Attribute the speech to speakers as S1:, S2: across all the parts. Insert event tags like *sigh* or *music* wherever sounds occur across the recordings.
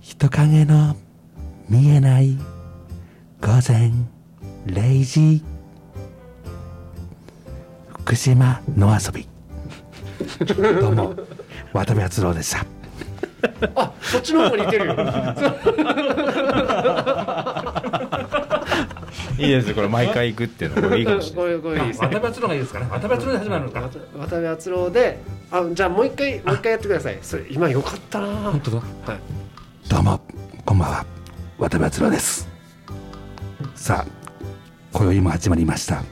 S1: 人影の見えない午前0時福島の遊
S2: *laughs*
S1: びどうも渡部篤郎でした
S3: あ *laughs* そっちの方に似てるよ
S4: いいですよこれ毎回行くっていうのこれいいかもしれ
S3: こ
S4: な
S3: う
S4: い
S3: いうこういういいです
S2: 渡
S3: ね
S2: 辺篤郎がいいですかね渡辺篤郎で始まるのか
S3: 渡渡部篤郎であじゃあもう一回もう一回やってくださいそれ今よかったな
S2: 本当だ
S3: はい
S1: どうもこんばんは渡部篤郎ですさあ今宵も始まりました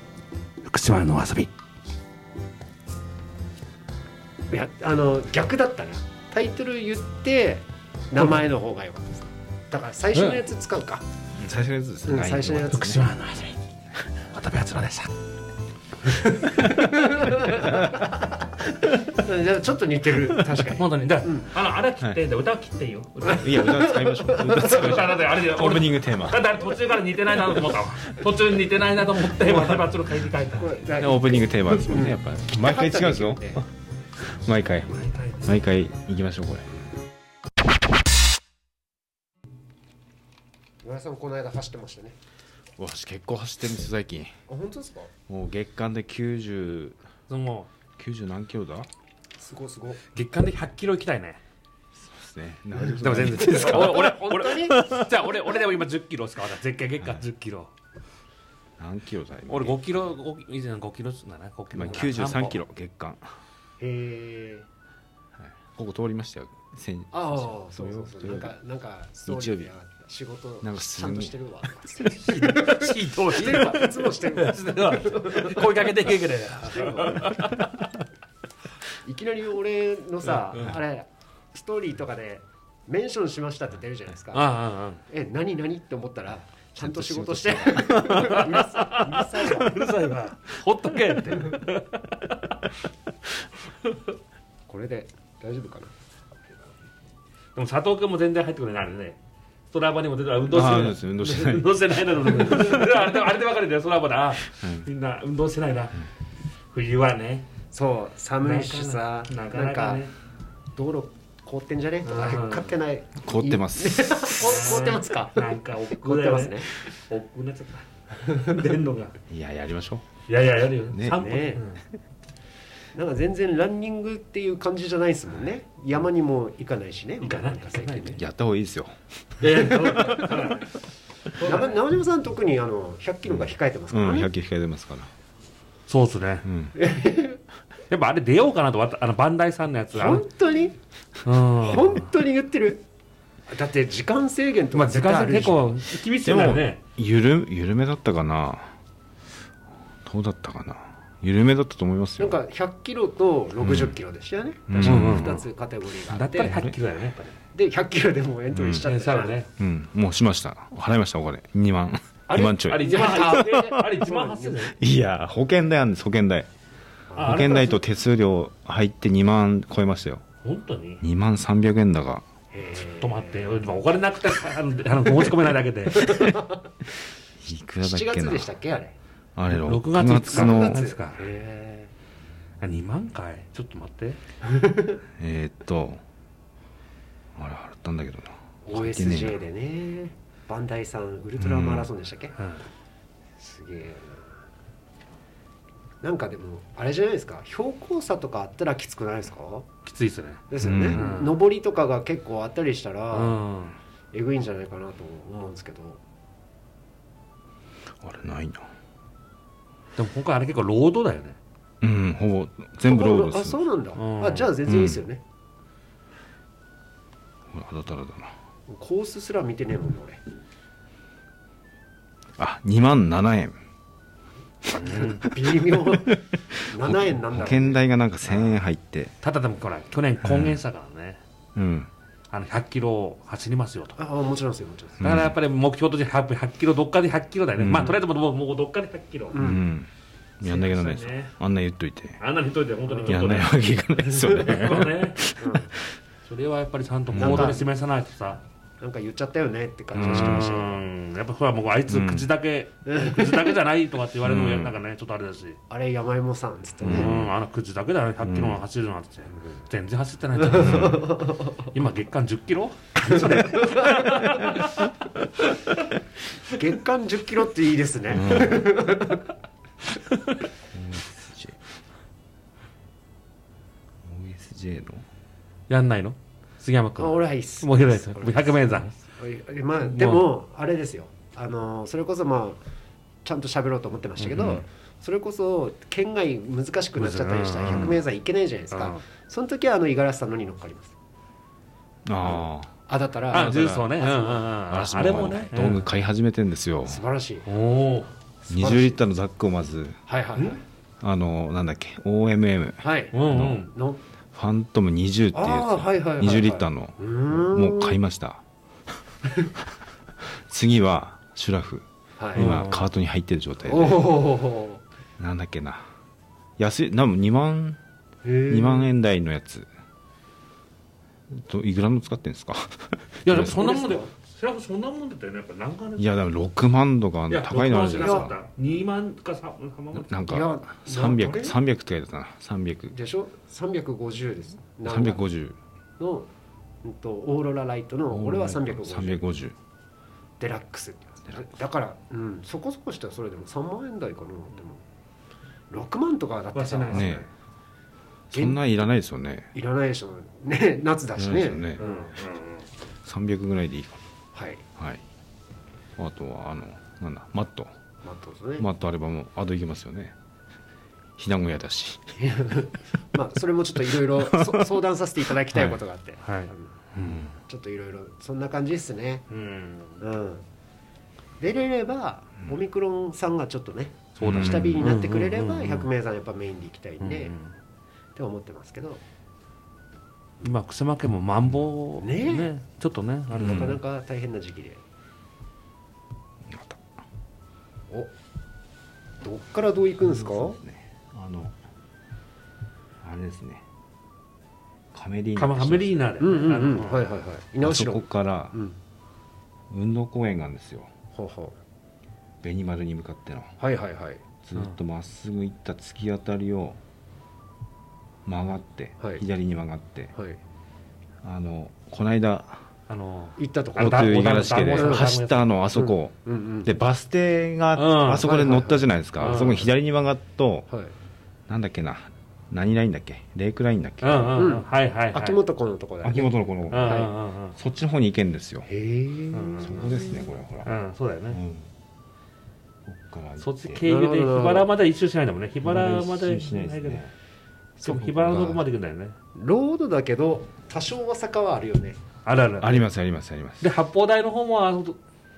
S1: 福島の遊び
S3: いやあの逆だったなタイトル言って名前の方が良かったですだから最初のやつ使うか、
S4: 最初のやつです
S3: うん最初のやつ
S1: 福島の遊び渡部篤郎でした
S3: うんじゃあちょっと似てる確 *laughs* かに
S2: 本当にだ
S3: ん
S2: あのあれ切ってで歌切っていいよ歌
S4: いや歌使いましょう歌使いましょ
S2: 歌だってあれで
S4: うオープ
S2: 俺
S4: ニングテーマ
S2: だってあれ途中から似てないなと思ったわ途中に似てないなと思って渡辺篤郎書いて書いた
S3: これだから
S4: オープニングテーマですもんねやっぱ毎回違うんですよ毎回毎回行きましょうこれ
S3: 村井さんこの間走ってましたね
S4: わし結構走ってるんですよ最近
S3: あ本当ですか
S4: もう月間で9090
S2: その
S4: 何キロだ
S3: すごいすごい
S2: 月間的100キロ行きたいね
S4: ですね
S2: でも全然
S4: ですか
S2: 俺俺
S3: 本当に
S2: 俺じゃあ俺俺でも今10キロしか渡絶対月間10キロ
S4: 何キロだ今
S2: 俺5キロ5以前5キロだな5キ
S4: 今
S2: ロ
S4: 93キロ月間
S3: へえ
S4: ここ通りましたよ先
S3: ああ
S4: そ
S3: そう
S4: う
S3: そうそうなんかなんかストーリーが仕事
S4: なんかす
S3: ち
S4: ご
S3: ゃ
S4: い
S3: んとしてるわ
S2: ひどい
S3: してるわいつもしてるわ
S2: 声かけていけけど
S3: いきなり俺のさ、あれストーリーとかでメンションしましたって出るじゃないですか、
S2: あ
S3: え何何って思ったらちゃんと仕事し
S4: ち
S3: てうるさうるさいわ
S2: あうるさいわほっとけって
S3: これで大丈夫かな
S2: でも佐藤君も全然入ってくれないあれね。ストラバにも出たら運動して
S4: あそうです運
S2: *laughs*
S4: 動してない *laughs*
S2: 運動してないだろうねあれであれで分かるんだよ、ストラバだ。あみんな運動してないな。冬はね。
S3: そう寒いしさな
S2: なんか
S3: か
S2: なかね。
S3: 道路凍ってんじゃねとか
S2: うん
S3: 買ってない *laughs*
S4: 凍ってますす
S3: 凍ってますか
S2: なんか億劫
S3: 凍っ
S2: だ
S3: て
S2: よ
S3: ま
S2: ね
S3: すね。
S2: 億劫になっちゃった。出んのが。
S4: いややりましょう
S2: いやいや、やるよ。
S4: ね
S2: 散歩
S3: ね *laughs* なんか全然ランニングっていう感じじゃないですもんね山にも行かないしね
S2: 行かない
S3: ん最近ね
S2: 行かないね
S4: やった方がいいですよ
S2: うんいやいやそうだね
S3: 中中島さん特にあの100キロが控えてます
S4: う
S3: から
S4: ん
S3: ね、
S4: 100キロ控えてますから
S2: そうですね
S4: う。ん
S2: やっぱあれ出ようかなと、わたあのバンダイさんのやつが。
S3: 本当に
S2: うん
S3: 本当に言ってるだって時間制限と
S2: まあ、
S3: か
S2: 時
S3: 絶対あ
S2: 間
S3: る
S2: 差
S3: で
S2: 結
S3: しょ
S2: 構厳しい
S4: で
S2: から
S4: も
S2: ね。
S4: 緩緩めだったかなどうだったかな緩めだったと思います
S3: な
S4: よ
S3: んか100キロと60キロでしたよね、
S4: うん
S3: 確か
S2: うんうんうん
S3: 2つカテゴリーが
S2: だ
S3: あっ、
S2: ってたら100キロだよね、やっぱり。
S3: で100キロでもエントリーしちゃった
S2: さ
S3: から、
S2: あね。
S4: うんもうしました払いましたお金2万
S3: あれ
S4: 2万ちょ
S2: あれ
S4: い
S2: 1万8000あれ1万8000円
S4: いや保険代あるんです保険代保険代と手数料入って2万超えましたよ
S2: 本当に
S4: 2万300円だが
S3: へ
S2: ちょっ
S3: ー
S2: と待って俺今お金なくてあの *laughs* あの申し込めないだけで
S4: いくらだっ
S3: 7
S4: け
S3: 月
S4: な
S3: でしたっけあれ
S4: あれ
S2: 6
S4: 6
S2: 月
S4: 月
S2: の
S4: の
S2: 6月ですか
S3: へ
S2: あ2万かいちょっと待って
S4: えーっとあれ払ったんだけどな
S3: ー OSJ でねバンダイさんウルトラマラソンでしたっけ、
S2: うん
S3: すげえななんかでもあれじゃないですか標高差とかあったらきつくないですか
S2: きついっすね
S3: ですよね、
S2: うん
S3: 上りとかが結構あったりした
S2: う
S3: ら、
S2: ん
S3: えぐいんじゃないかなと思うんですけど
S4: あれないな
S2: でも今回あれ結構労働だよね
S4: うんほぼ全部ロード
S3: あ
S4: です
S3: そうなんだ、
S2: うん
S3: あじゃあ全然いいですよね、
S4: ほらあだたらだな
S3: コースすら見てねえもんね俺
S4: あ2万7円
S3: *laughs* 微妙7円なんだ
S4: 保
S3: ろう
S4: 険代がなんか1000円入って
S2: ただでもほら去年公言したからね
S4: うん
S2: あの100キロを走りますよと
S3: ああもちろんですよもちろんですよ
S2: だからやっぱり目標として100 100キロどっかで100キロだよね
S4: うん
S2: まあとりあえずもうもうどっかで100キロ
S3: う
S4: うんんやんなきゃならないです
S2: そうですね
S4: あんな言っといて
S2: あんなにといて本当にちょ
S4: や
S2: っと
S4: んない
S2: ね
S4: わけ *laughs* いかないですよね
S2: そうねそれはやっぱりちゃんと行動で示さないとさ
S3: なんか言っちゃったよねって感じ
S2: う
S3: がしてましたね
S2: んやっぱほらもうあいつ口だ *laughs* け、口だけじゃないとかって言われるのもやなんかねちょっとあれだし、
S3: あれ山芋さんっつって
S2: う
S3: ね、
S2: ん、あの口だけだね100キロ走るなんて、全然走ってないじゃないですか *laughs* 今月間10キロそれ
S3: 月間1 0キロっていいですね、
S4: OSJ の
S2: やんないの杉山君
S3: あ俺はいいっす
S2: もう広いです
S3: 俺はいいっ
S2: 100名山
S3: すまあでもあれですよあのそれこそまあちゃんと喋ろうと思ってましたけど、
S2: うんうん
S3: それこそ県外難しくなっちゃったりしたら
S2: うん
S3: 百名山行けないじゃないですか、
S2: うん
S3: その時はあの五十嵐さんのに乗っかります
S4: あ
S3: あだったら
S2: あ重曹ねうんうんうんあ
S4: あ
S2: あれもね
S4: 道具買い始めてんですよ
S3: 素晴らしい
S2: うんおー
S4: 20リッターのザックをまず
S3: はいはいはい
S4: あのなんだっけ OMM フ
S3: はい
S2: うんうん
S3: の
S4: ァントム20っていう
S3: あーはいはいはいはい
S4: やつ20リッターの
S3: うーん
S4: もう買いました次はシュラフ
S3: はい
S4: 今カートに入ってる状態
S3: お
S4: で
S3: お
S4: なんだっけな安いなん2万2
S3: 2
S4: 万円台のやつといくらの使ってんですか
S2: いやでもそんなもんで白くそんなもんだったよねやっぱ何回
S4: いやでも6万とか高いのあるじゃないですか
S2: 2万か3万
S4: なん
S3: いや
S4: か
S3: どれ
S4: 300300って書いてたな300350
S3: でしょ350ですなんかの、うん、とオーロラライトの俺は350
S4: 350
S3: デラックスってやつだから、うん、そこそこしたらそれでも3万円台かなでも6万とかだってさ
S2: わしない
S4: ねそんないらないですよね
S3: いらないでしょね夏だ
S4: いら
S3: し
S4: ないです
S3: ね
S4: よね
S2: うんうんうん
S4: 300ぐらいでいいか
S3: はい
S4: なはいあとはあのなんだマット
S3: マットですねま
S4: マットあればもうあといけますよねひな小屋だし
S3: あそれもちょっといろいろそ相談させていただきたいことがあって、
S2: はい
S3: うんちょっといろいろそんな感じですね
S2: うん
S3: うん出れればオミクロンさんがちょっとね
S2: そうだね
S3: 下火になってくれれば
S2: うんうんうんうん
S3: 百名山やっぱメインで行きたいんで、
S2: う
S3: っ
S2: ん
S3: て思ってますけど
S2: 今草間家もマンボウ
S3: ね
S2: ちょっとねあれ
S3: な
S2: だか
S3: からなか大変な時期で、おどっからどう行くんですか、
S4: あのあれですねカメリー
S2: カマカメリーナでね
S3: うんうん
S2: あ
S3: うん
S2: の
S3: はいはいはい稲
S4: あ
S3: 尾
S4: そこ
S3: 城
S4: から
S3: うん
S4: 運動公園があるんですよ
S3: ほうほ
S4: 紅丸に向かっての
S3: うはいはいはい
S4: ずっとまっすぐ行った突き当たりを曲がって、
S3: はい
S4: 左に曲がって
S3: はい
S4: あのこの間
S2: あの
S3: 行ったとこ
S2: あの
S4: 交
S2: だ
S4: 通五十嵐家で
S3: おだおだ
S4: 走ったあのあそこ、
S3: うんうん
S4: でバス停が
S2: うん
S4: あそこで乗ったじゃないですか、
S2: はいはい
S4: あ
S2: はい
S4: そこに左に曲がっと、
S3: はい
S4: なんだっけな何ラインだっけレイクラインだっけ、
S2: うんうんう
S3: うんん
S2: はいはいはい
S3: 秋元子のとこだよ
S4: 秋
S3: ね
S4: 元のこの、
S2: うんうんうんうん
S4: そっちの方に行けんですよ、
S3: へえ、
S2: ん
S4: そこですねこれほら、
S2: うんそうだよ
S4: う
S2: ね
S4: んこっから行って
S2: そっち経由で桧原まで一周しないんだもんね桧原まで
S4: 一周しないですね
S2: そう桧原のとこまで行くんだよね
S3: ロードだけど多少は坂はあるよね
S2: あるある
S4: ありますありますあります
S2: で八方台の方もあの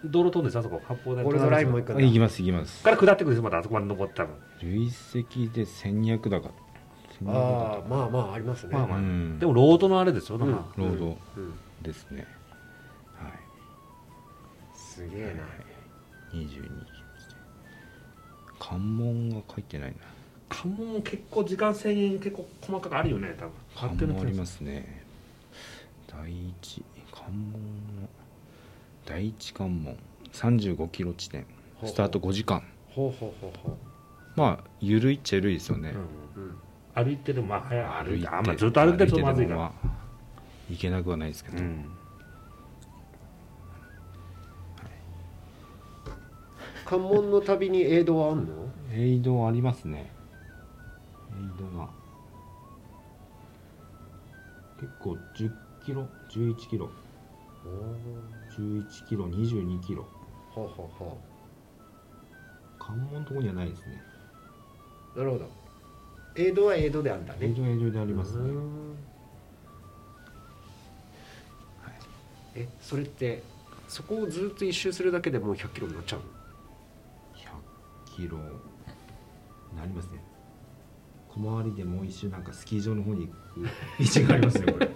S2: 道路飛んでさあそこ八方台
S3: ゴールドラインも行
S2: く
S3: くんだ
S4: 行きます行きます
S2: から下ってくるんですよまたあそこまで登ったら
S4: 累積で1200だか
S3: あ
S4: 1200
S3: あまあまあありますね、
S2: まあまあ
S4: うん
S2: でもロードのあれですよなんか
S4: ロード
S3: うん、
S4: ですね、はい
S3: すげえな
S4: 22関門が書いてないな
S2: 関門も結構時間制限結構細かくあるよね多分
S4: 関門ありますね第一関門の第一関門35キロ地点
S3: ほう
S4: スタート5時間
S3: ほうほうほうほ
S4: まあ緩いっちゃ緩いですよね、
S2: うん
S3: う、うん、
S2: 歩いてるまあ早
S4: 歩
S2: 歩
S4: い
S2: いて
S4: て
S2: あんまずっと歩いてるとまずいか
S4: の
S2: ら
S4: は行けなくはないですけど、
S2: うん
S3: 関門の旅にエイドはあんの
S4: エイドありますねエイドが結構10キロ11キロ
S3: お
S4: 11キロ22キロ
S3: ほうほうほ
S4: 関門のとこにはないですね
S3: うなるほどエイドはエイドであんだ
S4: エイ
S3: ね
S4: ドはエイドであり
S3: う
S4: ますね
S3: んえそれってそこをずっと一周するだけでもう1 0 0キロになっちゃうの
S4: 100キロなりますね小回りでもう一周なんかスキー場の方に行
S3: *laughs*
S4: く道がありますねこれ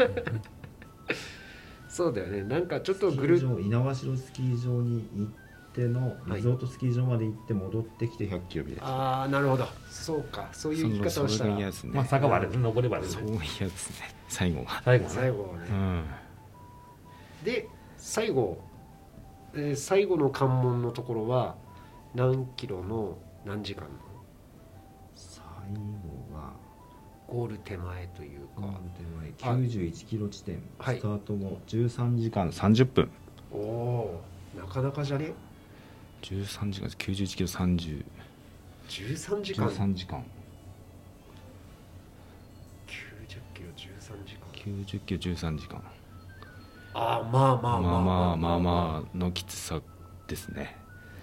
S3: そうだよねなんかちょっと
S4: スキ
S3: ぐる
S4: ー場猪苗代スキー場に行っての
S3: はい
S4: リゾートスキー場まで行って戻ってきて100キロみたいな
S3: ああなるほどそうかそういう生き方をした
S4: それが
S3: ら
S4: 嫌ですね、
S2: まあ坂はあれですね登ればあれで
S4: そ
S2: す
S4: う
S2: ね
S4: いうやつね最後は
S2: 最後は
S3: 最
S2: ね
S3: 後は
S4: う
S3: ね
S4: ん
S3: で最後、えー最後の関門のところは何キロの何時間の
S4: 最後は
S3: ゴール手前という
S4: ゴー
S3: か、
S4: ル手前91キロ地点、
S3: はい
S4: スタートも13時間30分
S3: おおーなかなかじゃね
S4: 13時間91キロ30
S3: 13時間90
S4: 13時間
S3: キロ13時間
S4: 90キロ13時間
S3: ああまあま
S4: ま
S3: あま
S4: あま
S3: あ
S4: あまあまあのきつさですね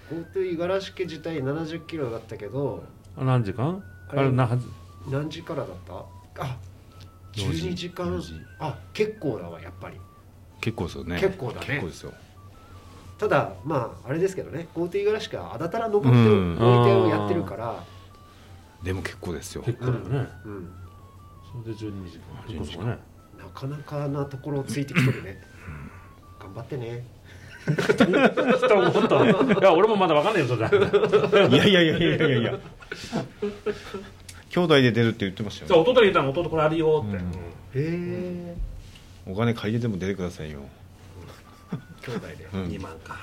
S3: 本当に五十嵐家自体70キロだったけど
S2: あ何時間
S3: あ
S2: あ
S3: れ
S2: れなはず
S3: 何時からだったあ
S4: 4
S3: 12時間
S4: 4時
S3: あ結構だわやっぱり
S4: 結構ですよね
S3: 結構だね
S4: 結構ですよ
S3: ただまああれですけどね GoTo 五十嵐家はあだたら登って
S4: う
S3: る
S4: ん
S3: 運転をやってるから
S4: でも結構ですよ
S2: 結構だよね
S3: うん
S2: それで12時間
S4: 12時間
S2: そうね
S3: なかなかなところをついてきてるね頑張ってね
S2: と思ったいや俺もまだわかんないよそ *laughs* れ
S4: いやいやいやいやいやいや兄弟で出るって言ってました
S2: そう
S4: よ
S2: 弟言ったの弟これあるよって、
S4: うん
S3: へえ
S4: お金借りてでも出てくださいよ
S3: 兄弟で
S4: うん
S3: 2万か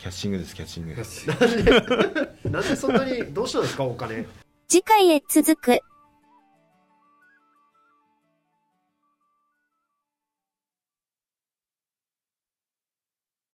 S4: キャッシングですキャッシング
S3: なんでなんでそんなにどうしたんですかお金
S5: 次回へ続く。